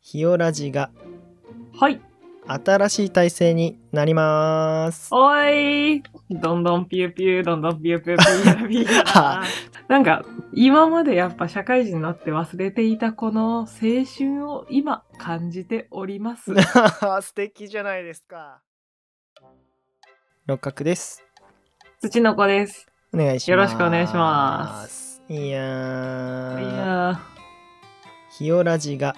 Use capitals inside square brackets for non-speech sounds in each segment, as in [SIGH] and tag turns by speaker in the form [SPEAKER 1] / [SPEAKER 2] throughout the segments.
[SPEAKER 1] ひよラジが
[SPEAKER 2] はい。
[SPEAKER 1] 新しい体制になります。。
[SPEAKER 2] おーい。どんどんピューピュー、どんどんピューピューピューピューピュー。なんか、今までやっぱ社会人になって忘れていたこの青春を今感じております
[SPEAKER 1] [LAUGHS] 素敵じゃないですか。六角です。
[SPEAKER 2] 土の子です。
[SPEAKER 1] お願いします。。
[SPEAKER 2] よろしくお願いします
[SPEAKER 1] いや
[SPEAKER 2] い
[SPEAKER 1] ー、
[SPEAKER 2] や
[SPEAKER 1] ひよラジが
[SPEAKER 2] ー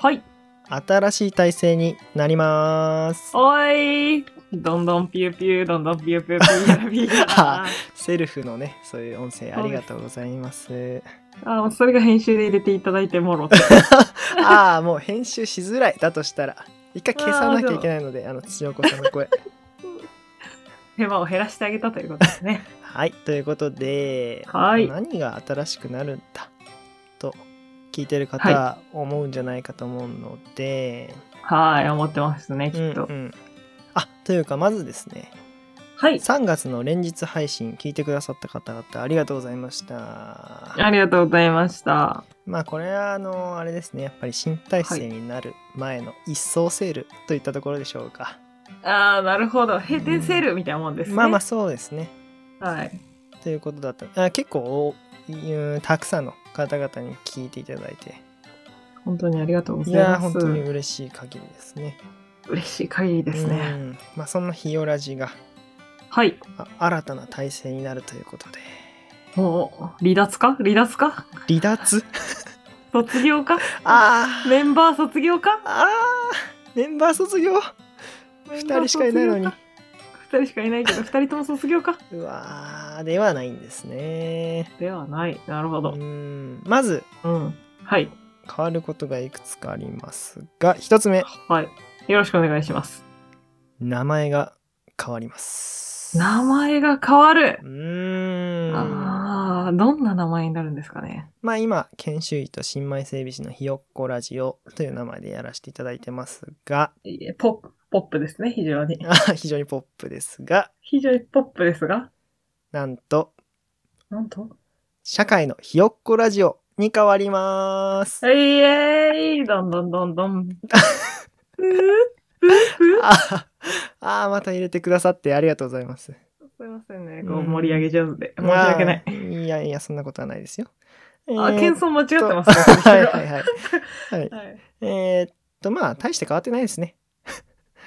[SPEAKER 2] はい。
[SPEAKER 1] 新しい体制になります。
[SPEAKER 2] おーい。どんどんピューピュー、どんどんピューピューピューピュー。
[SPEAKER 1] はセルフのね、そういう音声ありがとうございます。
[SPEAKER 2] あー、それが編集で入れていただいても
[SPEAKER 1] [LAUGHS]
[SPEAKER 2] ろって。
[SPEAKER 1] ああ、もう編集しづらい。だとしたら、一回消さなきゃいけないので、あの、土の子さんの声。
[SPEAKER 2] 手間を減らしてあげたということですね。
[SPEAKER 1] はい、ということで、
[SPEAKER 2] はい。
[SPEAKER 1] 何が新しくなるんだと聞いてる方、
[SPEAKER 2] は
[SPEAKER 1] 思うんじゃないかと思うので、
[SPEAKER 2] はい、思ってますね、きっと。
[SPEAKER 1] うんうんあというかまずですね
[SPEAKER 2] はい。
[SPEAKER 1] 3月の連日配信聞いてくださった方々ありがとうございました
[SPEAKER 2] ありがとうございました。
[SPEAKER 1] まあこれはあのあれですねやっぱり新体制になる前の一層セールといったところでしょうか、
[SPEAKER 2] ああ、なるほど。閉店セールみたいなもんですね。
[SPEAKER 1] まあまあそうですね
[SPEAKER 2] はい。
[SPEAKER 1] ということだったあ結構うんたくさんの方々に聞いていただいて
[SPEAKER 2] 本当にありがとうござ
[SPEAKER 1] い
[SPEAKER 2] い
[SPEAKER 1] やー
[SPEAKER 2] ま
[SPEAKER 1] 本
[SPEAKER 2] す。
[SPEAKER 1] 当に嬉しい限りですね
[SPEAKER 2] 嬉しい限りです
[SPEAKER 1] う
[SPEAKER 2] ね。
[SPEAKER 1] んまあ、そんなひよラジが
[SPEAKER 2] はい。
[SPEAKER 1] あ新たな体制になるということで
[SPEAKER 2] もう、離脱か離脱か
[SPEAKER 1] 離脱
[SPEAKER 2] 卒業か
[SPEAKER 1] あー
[SPEAKER 2] メンバー卒業か
[SPEAKER 1] あーメンバー卒業2人しかいないのに
[SPEAKER 2] メンバー卒業か二人しかいないけど、二人とも卒業か
[SPEAKER 1] うわーではないんですね
[SPEAKER 2] ではない。なるほ
[SPEAKER 1] う
[SPEAKER 2] ど。
[SPEAKER 1] んまず
[SPEAKER 2] うん。はい。
[SPEAKER 1] 変わることがいくつかありますが1つ目
[SPEAKER 2] はい。よろしくお願いします。
[SPEAKER 1] 名前が変わります
[SPEAKER 2] 名前が変わる
[SPEAKER 1] うーん
[SPEAKER 2] ああ、どんな名前になるんですかね。
[SPEAKER 1] まあ今研修医と新米整備士のひよっこラジオという名前でやらせていただいてますが [LAUGHS]
[SPEAKER 2] いえポップ、ポップですね、非常に。
[SPEAKER 1] あ非常にポップですが
[SPEAKER 2] 非常にポップですが、
[SPEAKER 1] なんと
[SPEAKER 2] なんと
[SPEAKER 1] 社会のひよっこラジオに変わります。
[SPEAKER 2] イエーイどんどんどんどん。
[SPEAKER 1] [LAUGHS] ああー、また入れてくださってありがとうございます。
[SPEAKER 2] すいませんね、こう盛り上げ上手で。申し
[SPEAKER 1] まあ
[SPEAKER 2] 訳ない。。
[SPEAKER 1] いやいや、そんなことはないですよ。
[SPEAKER 2] あ、
[SPEAKER 1] えー
[SPEAKER 2] 謙遜間違ってますね。こ
[SPEAKER 1] はい
[SPEAKER 2] れ
[SPEAKER 1] はいはい。はい、
[SPEAKER 2] はい
[SPEAKER 1] えーっと、まあ、大して変わってないですね。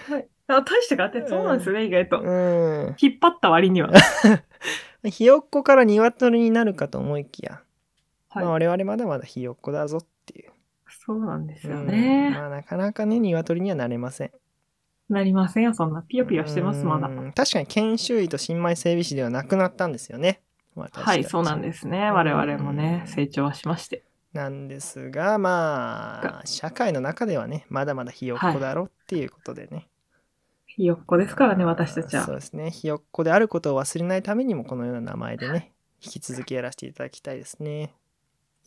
[SPEAKER 2] はいあ、大して変わってないそうなんですね、意外
[SPEAKER 1] う
[SPEAKER 2] と。
[SPEAKER 1] ん。
[SPEAKER 2] 引っ張った割には。
[SPEAKER 1] ひよっこから鶏になるかと思いきや、まあ、
[SPEAKER 2] はい。
[SPEAKER 1] 我々まだまだひよっこだぞっていう。
[SPEAKER 2] そうなんですよ
[SPEAKER 1] うん
[SPEAKER 2] ね。
[SPEAKER 1] まあ、なかなかね、鶏にはなれません。
[SPEAKER 2] なりませんよ、そんな。ピヨピヨしてます、まだ
[SPEAKER 1] う。ん確かに研修医と新米整備士ではなくなったんですよね。まあ
[SPEAKER 2] はい、そうなん
[SPEAKER 1] す
[SPEAKER 2] ですね。我々もね
[SPEAKER 1] う、ん
[SPEAKER 2] 成長はしまして。
[SPEAKER 1] なんですがまあ社会の中ではねまだまだひよっこだろっていうことでね、
[SPEAKER 2] ひよっこですからね、私たち
[SPEAKER 1] そうで
[SPEAKER 2] は。
[SPEAKER 1] すねひよっこであることを忘れないためにもこのような名前でね引き続きやらせていただきたいですね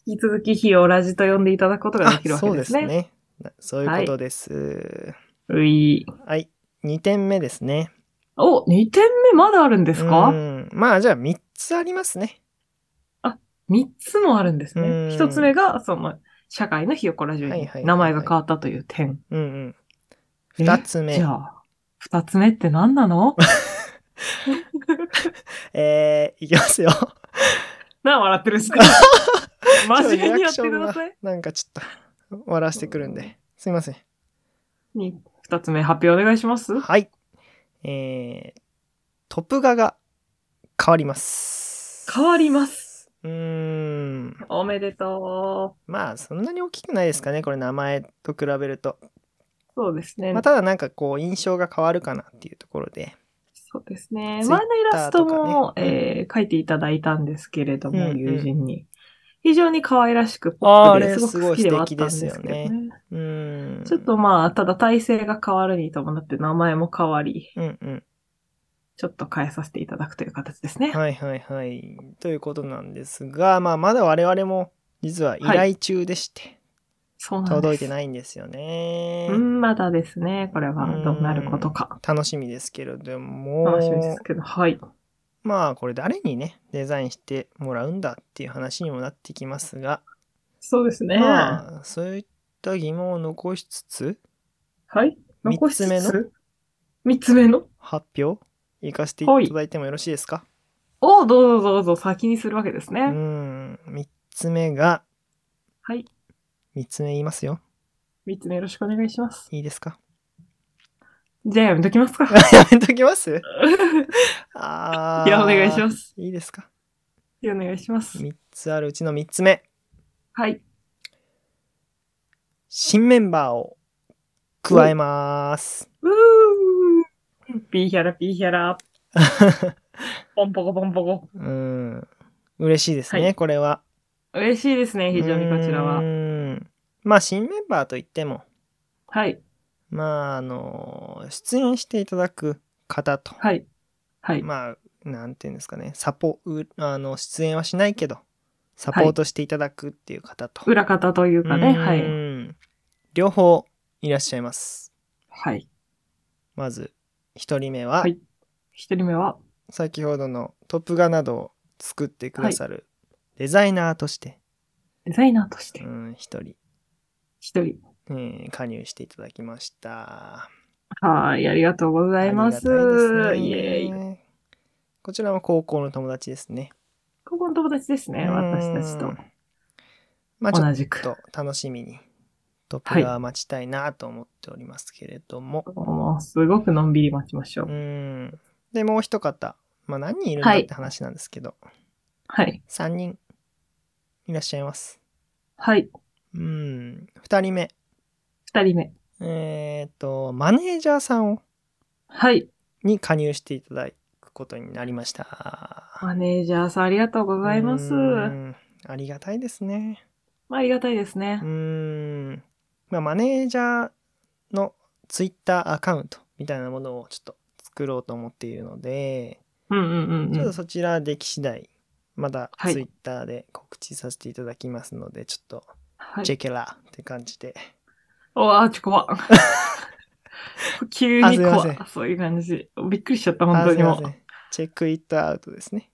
[SPEAKER 2] 引き続き、ひよラジと呼んでいただくことができるわ
[SPEAKER 1] あ
[SPEAKER 2] けです
[SPEAKER 1] そうです
[SPEAKER 2] ね。
[SPEAKER 1] ねなそういうことです
[SPEAKER 2] うい。
[SPEAKER 1] はい、二2点目ですね
[SPEAKER 2] お、2点目まだあるんですか
[SPEAKER 1] うんまあじゃあ3つありますね
[SPEAKER 2] 三つもあるんです
[SPEAKER 1] うん
[SPEAKER 2] ね。一つ目が、その、社会のひよこラジオ
[SPEAKER 1] はいはい
[SPEAKER 2] に
[SPEAKER 1] はいはい
[SPEAKER 2] 名前が変わったという点。
[SPEAKER 1] うんうん
[SPEAKER 2] え
[SPEAKER 1] 2つ目
[SPEAKER 2] じゃあ、二つ目って何
[SPEAKER 1] [LAUGHS]
[SPEAKER 2] なの
[SPEAKER 1] えー、いきます
[SPEAKER 2] [LAUGHS]
[SPEAKER 1] よ
[SPEAKER 2] なあ、笑ってる
[SPEAKER 1] [LAUGHS]
[SPEAKER 2] んですか真面目にやってください。
[SPEAKER 1] なんかちょっと笑わせてくるんですいません
[SPEAKER 2] に二つ目発表お願いします。
[SPEAKER 1] はい。えー、トップガが変わります。
[SPEAKER 2] 変わります。
[SPEAKER 1] うーん。
[SPEAKER 2] おめでと
[SPEAKER 1] まあ、そんなに大きくないですかね、これ名前と比べると。
[SPEAKER 2] う。そうですね。
[SPEAKER 1] まあ、ただなんかこう、印象が変わるかなっていうところで。
[SPEAKER 2] そうですね。
[SPEAKER 1] Twitter
[SPEAKER 2] 前のイラストも、
[SPEAKER 1] とかね
[SPEAKER 2] えー書いていただいたんですけれども、
[SPEAKER 1] うんうん
[SPEAKER 2] 友人に。非常に可愛らしくポ
[SPEAKER 1] あーあ
[SPEAKER 2] ップ
[SPEAKER 1] れ
[SPEAKER 2] で、すごく好きではあったんですけ
[SPEAKER 1] す
[SPEAKER 2] ど
[SPEAKER 1] ごい素敵ですよ
[SPEAKER 2] ね
[SPEAKER 1] うーん。
[SPEAKER 2] ちょっと、まあ、ただ体制が変わるに伴って名前も変わり、
[SPEAKER 1] うんうん。
[SPEAKER 2] ちょっと変えさせていただくという形ですね。
[SPEAKER 1] はいはいはい。ということなんですが、まあ、まだ我々も実は依頼中でして、
[SPEAKER 2] そうなんです。
[SPEAKER 1] 届いて
[SPEAKER 2] い。
[SPEAKER 1] ないんですよね。
[SPEAKER 2] うん、まだですね。これはどうなることか。
[SPEAKER 1] 楽しみですけれども。
[SPEAKER 2] 楽しみですけど、はい。
[SPEAKER 1] まあこれ誰にねデザインしてもらうんだっていう話にもなってきますが、
[SPEAKER 2] そうですね。
[SPEAKER 1] まあそういっった疑問を残しつつ
[SPEAKER 2] はい残しつ
[SPEAKER 1] 三つ目
[SPEAKER 2] つ三つ目の
[SPEAKER 1] 発表行かせていただいてもよろしいですか、
[SPEAKER 2] をどうぞどうぞ先にするわけですね。
[SPEAKER 1] うん3つ目が
[SPEAKER 2] はい。
[SPEAKER 1] 3つ目言いますよ
[SPEAKER 2] 三つ目よろしくお願いします。
[SPEAKER 1] いいですか
[SPEAKER 2] じゃあやめときますか。
[SPEAKER 1] やめときますあ
[SPEAKER 2] [LAUGHS] いや、お願いしますす。
[SPEAKER 1] いいですか
[SPEAKER 2] いや、お願いします。
[SPEAKER 1] 3つあるうちの3つ目
[SPEAKER 2] はい。
[SPEAKER 1] 新メンバーを加えます
[SPEAKER 2] うーピーヒャラピーヒャラ、ポンポコポンポコ。
[SPEAKER 1] うん嬉しいですね、
[SPEAKER 2] はい
[SPEAKER 1] これは
[SPEAKER 2] 嬉しいですね、非常にこちら
[SPEAKER 1] う
[SPEAKER 2] は。
[SPEAKER 1] んまあ新メンバーといっても
[SPEAKER 2] はい。
[SPEAKER 1] まああの出演していただく方と、
[SPEAKER 2] はい。はい。
[SPEAKER 1] まあなんていうんですかねサポうあの出演はしないけどサポートしていただくっていう方と、
[SPEAKER 2] 裏方というかね、
[SPEAKER 1] うん
[SPEAKER 2] はい。
[SPEAKER 1] 両方いらっしゃいます
[SPEAKER 2] はい。
[SPEAKER 1] まず1人目は、
[SPEAKER 2] はい一人目は、
[SPEAKER 1] 先ほどのトップ画などを作ってくださるデザイナーとして、
[SPEAKER 2] デザイナーとして
[SPEAKER 1] う、ん、一人、
[SPEAKER 2] 一人。
[SPEAKER 1] えー加入していただきました。
[SPEAKER 2] はい。ありがとうございます。
[SPEAKER 1] ありがたいですね
[SPEAKER 2] イエーイ。
[SPEAKER 1] こちらは高校の友達ですね。
[SPEAKER 2] ここの友達ですね、私たち
[SPEAKER 1] う
[SPEAKER 2] と
[SPEAKER 1] ん。まあちょ
[SPEAKER 2] 同
[SPEAKER 1] っ
[SPEAKER 2] じく。
[SPEAKER 1] と楽しみにトップ画は待ちたいなと思っておりますけれども。
[SPEAKER 2] もう、すごくのんびり待ちましょ
[SPEAKER 1] う
[SPEAKER 2] う。
[SPEAKER 1] ん。で、もう一方、まあ何人いるんだ
[SPEAKER 2] は
[SPEAKER 1] っ
[SPEAKER 2] い
[SPEAKER 1] て話なんですけど、
[SPEAKER 2] はい。
[SPEAKER 1] 3人いらっしゃいます。
[SPEAKER 2] はい。
[SPEAKER 1] うん。2人目。
[SPEAKER 2] 二人目。
[SPEAKER 1] えっ、と、マネージャーさんを
[SPEAKER 2] はい。
[SPEAKER 1] に加入していただくことになりました。あり
[SPEAKER 2] マネージャーさん、ありがとうご
[SPEAKER 1] が
[SPEAKER 2] ざいます。
[SPEAKER 1] ありがたいですね。
[SPEAKER 2] まあ、ありがたいですね
[SPEAKER 1] うー。ん。まあ、マネージャーのツイッターアカウントみたいなものをちょっと作ろうと思っているので、
[SPEAKER 2] うんうんうん
[SPEAKER 1] ちょっ
[SPEAKER 2] う
[SPEAKER 1] と
[SPEAKER 2] ん。
[SPEAKER 1] そちらでき次第、まだ
[SPEAKER 2] はい
[SPEAKER 1] ツイッターで告知させていただきますので、ちょっと
[SPEAKER 2] はい
[SPEAKER 1] チェケラって感じで。
[SPEAKER 2] おわー、ち
[SPEAKER 1] [LAUGHS]
[SPEAKER 2] ょ、怖っ急
[SPEAKER 1] あす
[SPEAKER 2] に
[SPEAKER 1] いませ
[SPEAKER 2] 怖
[SPEAKER 1] ん
[SPEAKER 2] っそういう感じ。びっくりしちゃった、
[SPEAKER 1] あ
[SPEAKER 2] 本当にも
[SPEAKER 1] すいうませ。んチェックイットアウトですね。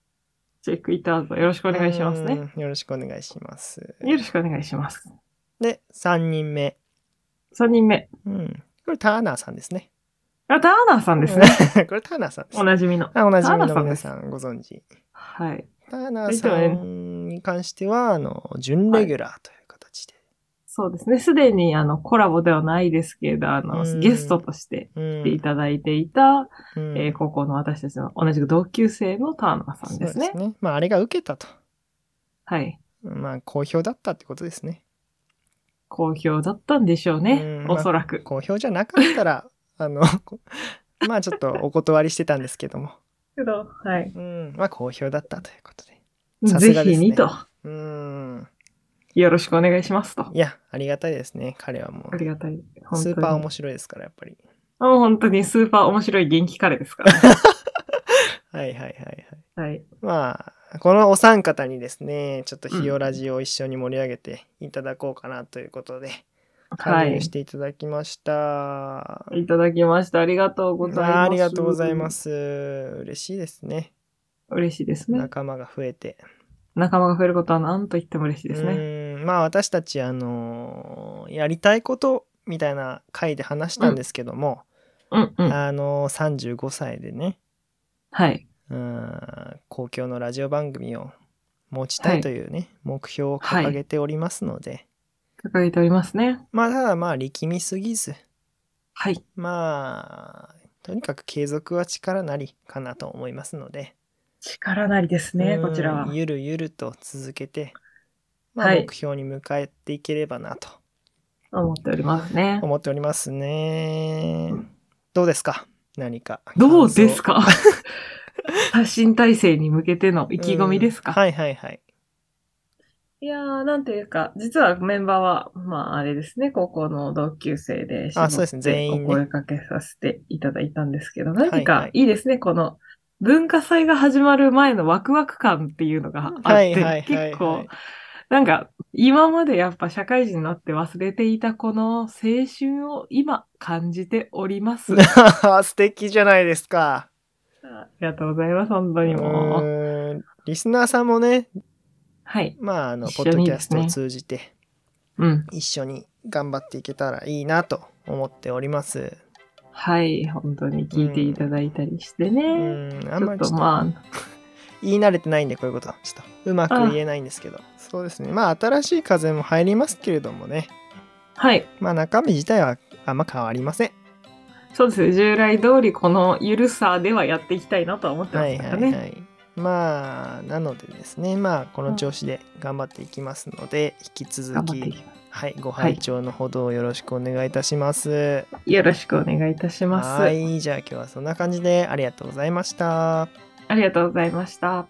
[SPEAKER 2] チェックイッターズ、よろしくお願いしますね。
[SPEAKER 1] うん。よろしくお願いします。
[SPEAKER 2] よろしくお願いします。
[SPEAKER 1] で、3人目。
[SPEAKER 2] 三人目。
[SPEAKER 1] うん。これターナーさんですね。
[SPEAKER 2] あ、ターナーさんですね。
[SPEAKER 1] これターナーさんです。
[SPEAKER 2] おなじみの。
[SPEAKER 1] あおなじみの
[SPEAKER 2] ターナーさん
[SPEAKER 1] 皆
[SPEAKER 2] です
[SPEAKER 1] さんご存知。
[SPEAKER 2] はい。
[SPEAKER 1] ターナーさんに関しては、あの、準レギュラーという形で。
[SPEAKER 2] そうですね。すでに、あの、コラボではないですけれど、あの
[SPEAKER 1] う、ん
[SPEAKER 2] ゲストとして
[SPEAKER 1] うん
[SPEAKER 2] 来ていただいていた、
[SPEAKER 1] うん
[SPEAKER 2] えー高校の私たちの同じく同級生のターナーさんですね。
[SPEAKER 1] そうですね。まあ、あれが受けたと。
[SPEAKER 2] はい。
[SPEAKER 1] まあ、好評だったってことですね。
[SPEAKER 2] 好評だったんでしょうね
[SPEAKER 1] う。ん
[SPEAKER 2] おそらく。
[SPEAKER 1] 好評じゃなかったら、 [LAUGHS] あの、こまあ、ちょっとお断りしてたんですけども。
[SPEAKER 2] けど、はい。
[SPEAKER 1] うん。まあ、好評だったということで。さす
[SPEAKER 2] ぜ
[SPEAKER 1] がですね
[SPEAKER 2] ひにと、
[SPEAKER 1] うん。
[SPEAKER 2] よろしくお願いしますと。
[SPEAKER 1] いや、ありがたいですね。彼はも
[SPEAKER 2] ありがたい。
[SPEAKER 1] う、
[SPEAKER 2] 本当
[SPEAKER 1] ス
[SPEAKER 2] に
[SPEAKER 1] ーパー面白いですから、やっぱり。
[SPEAKER 2] あもう本当にスーパー面白い元気彼ですから、ね。
[SPEAKER 1] はいはいはい [LAUGHS] はい。
[SPEAKER 2] はい。
[SPEAKER 1] まあ、このお三方にですね、ちょっとひよラジオを一緒に盛り上げていただこうかなということで、
[SPEAKER 2] は
[SPEAKER 1] 加入
[SPEAKER 2] い
[SPEAKER 1] し。ていただきました。
[SPEAKER 2] いただきました。ありがとうございます。
[SPEAKER 1] あーありがとうございま。す。嬉しいですね。
[SPEAKER 2] 嬉しいですね。
[SPEAKER 1] 仲間が増えて。
[SPEAKER 2] 仲間が増えることは何と言っても嬉しいです
[SPEAKER 1] う
[SPEAKER 2] ね。
[SPEAKER 1] ーんまあ私たち、あのーやりたいことみたいな回で話したんですけども、
[SPEAKER 2] うんうん。
[SPEAKER 1] あのー35歳でね、
[SPEAKER 2] はい。
[SPEAKER 1] うん公共のラジオ番組を持ちたいというね、目標を掲げておりますので、
[SPEAKER 2] 掲げておりますね。
[SPEAKER 1] まあただまあ力みすぎず、
[SPEAKER 2] はい。
[SPEAKER 1] まあとにかく継続は力なりかなと思いますので、
[SPEAKER 2] 力なりですね、
[SPEAKER 1] うん
[SPEAKER 2] こちらは。
[SPEAKER 1] ゆるゆると続けて、まあ
[SPEAKER 2] はい
[SPEAKER 1] 目標に向かっていければなと
[SPEAKER 2] 思っておりますね。
[SPEAKER 1] 思っておりますね。どうですか何か感想。
[SPEAKER 2] どうですか [LAUGHS] 発信体制に向けての意気込みですか、
[SPEAKER 1] うんはいはいはい。 [LAUGHS]
[SPEAKER 2] いやー、なんていうか、実はメンバーは、まあ、あれですね、高校の同級生で、
[SPEAKER 1] あそうですね全員ね
[SPEAKER 2] お声かけさせていただいたんですけど、何
[SPEAKER 1] はいは
[SPEAKER 2] か
[SPEAKER 1] い
[SPEAKER 2] いいですね、この、文化祭が始まる前のワクワク感っていうのがあって、
[SPEAKER 1] はいはいはいはい
[SPEAKER 2] 結構、なんか、今までやっぱ社会人になって忘れていたこの青春を今感じており
[SPEAKER 1] [LAUGHS]
[SPEAKER 2] ます。あ
[SPEAKER 1] 素敵じゃないですか。
[SPEAKER 2] りがとうございます、本当に
[SPEAKER 1] う
[SPEAKER 2] もう。
[SPEAKER 1] ーんリスナーさんもね、
[SPEAKER 2] はい。
[SPEAKER 1] まあ、あの、ポ
[SPEAKER 2] 一緒
[SPEAKER 1] ッド
[SPEAKER 2] に
[SPEAKER 1] キ
[SPEAKER 2] で
[SPEAKER 1] ャス
[SPEAKER 2] すね
[SPEAKER 1] トを通じて、
[SPEAKER 2] うん。
[SPEAKER 1] 一緒に頑張っていけたらいいなと思っております。
[SPEAKER 2] はい、本当に聞いていただいたりしてね。
[SPEAKER 1] うん、あんまり
[SPEAKER 2] ち
[SPEAKER 1] ちょっと
[SPEAKER 2] ょっとまあ、
[SPEAKER 1] 言い慣れてないんでこういうことはちょっとうまく言えないんですけどそうですねまあ新しい風も入りますけれどもね
[SPEAKER 2] はい、
[SPEAKER 1] まあ中身自体はあんま変わりません。
[SPEAKER 2] そうですね、従来通りこのゆるさではやっていきたいなとは思ってま
[SPEAKER 1] は
[SPEAKER 2] す
[SPEAKER 1] い
[SPEAKER 2] か
[SPEAKER 1] は
[SPEAKER 2] ら
[SPEAKER 1] い
[SPEAKER 2] ね。
[SPEAKER 1] はい。まあなのでですねまあこの調子で頑張っていきますので、引き続
[SPEAKER 2] 頑張ってい
[SPEAKER 1] き
[SPEAKER 2] きま
[SPEAKER 1] はいご拝聴のほどをよろしくお願いいたします。
[SPEAKER 2] す。よろしくお願いいたします。
[SPEAKER 1] はいじゃあ今日はそんな感じでありがとうございました。
[SPEAKER 2] ありがとうございました。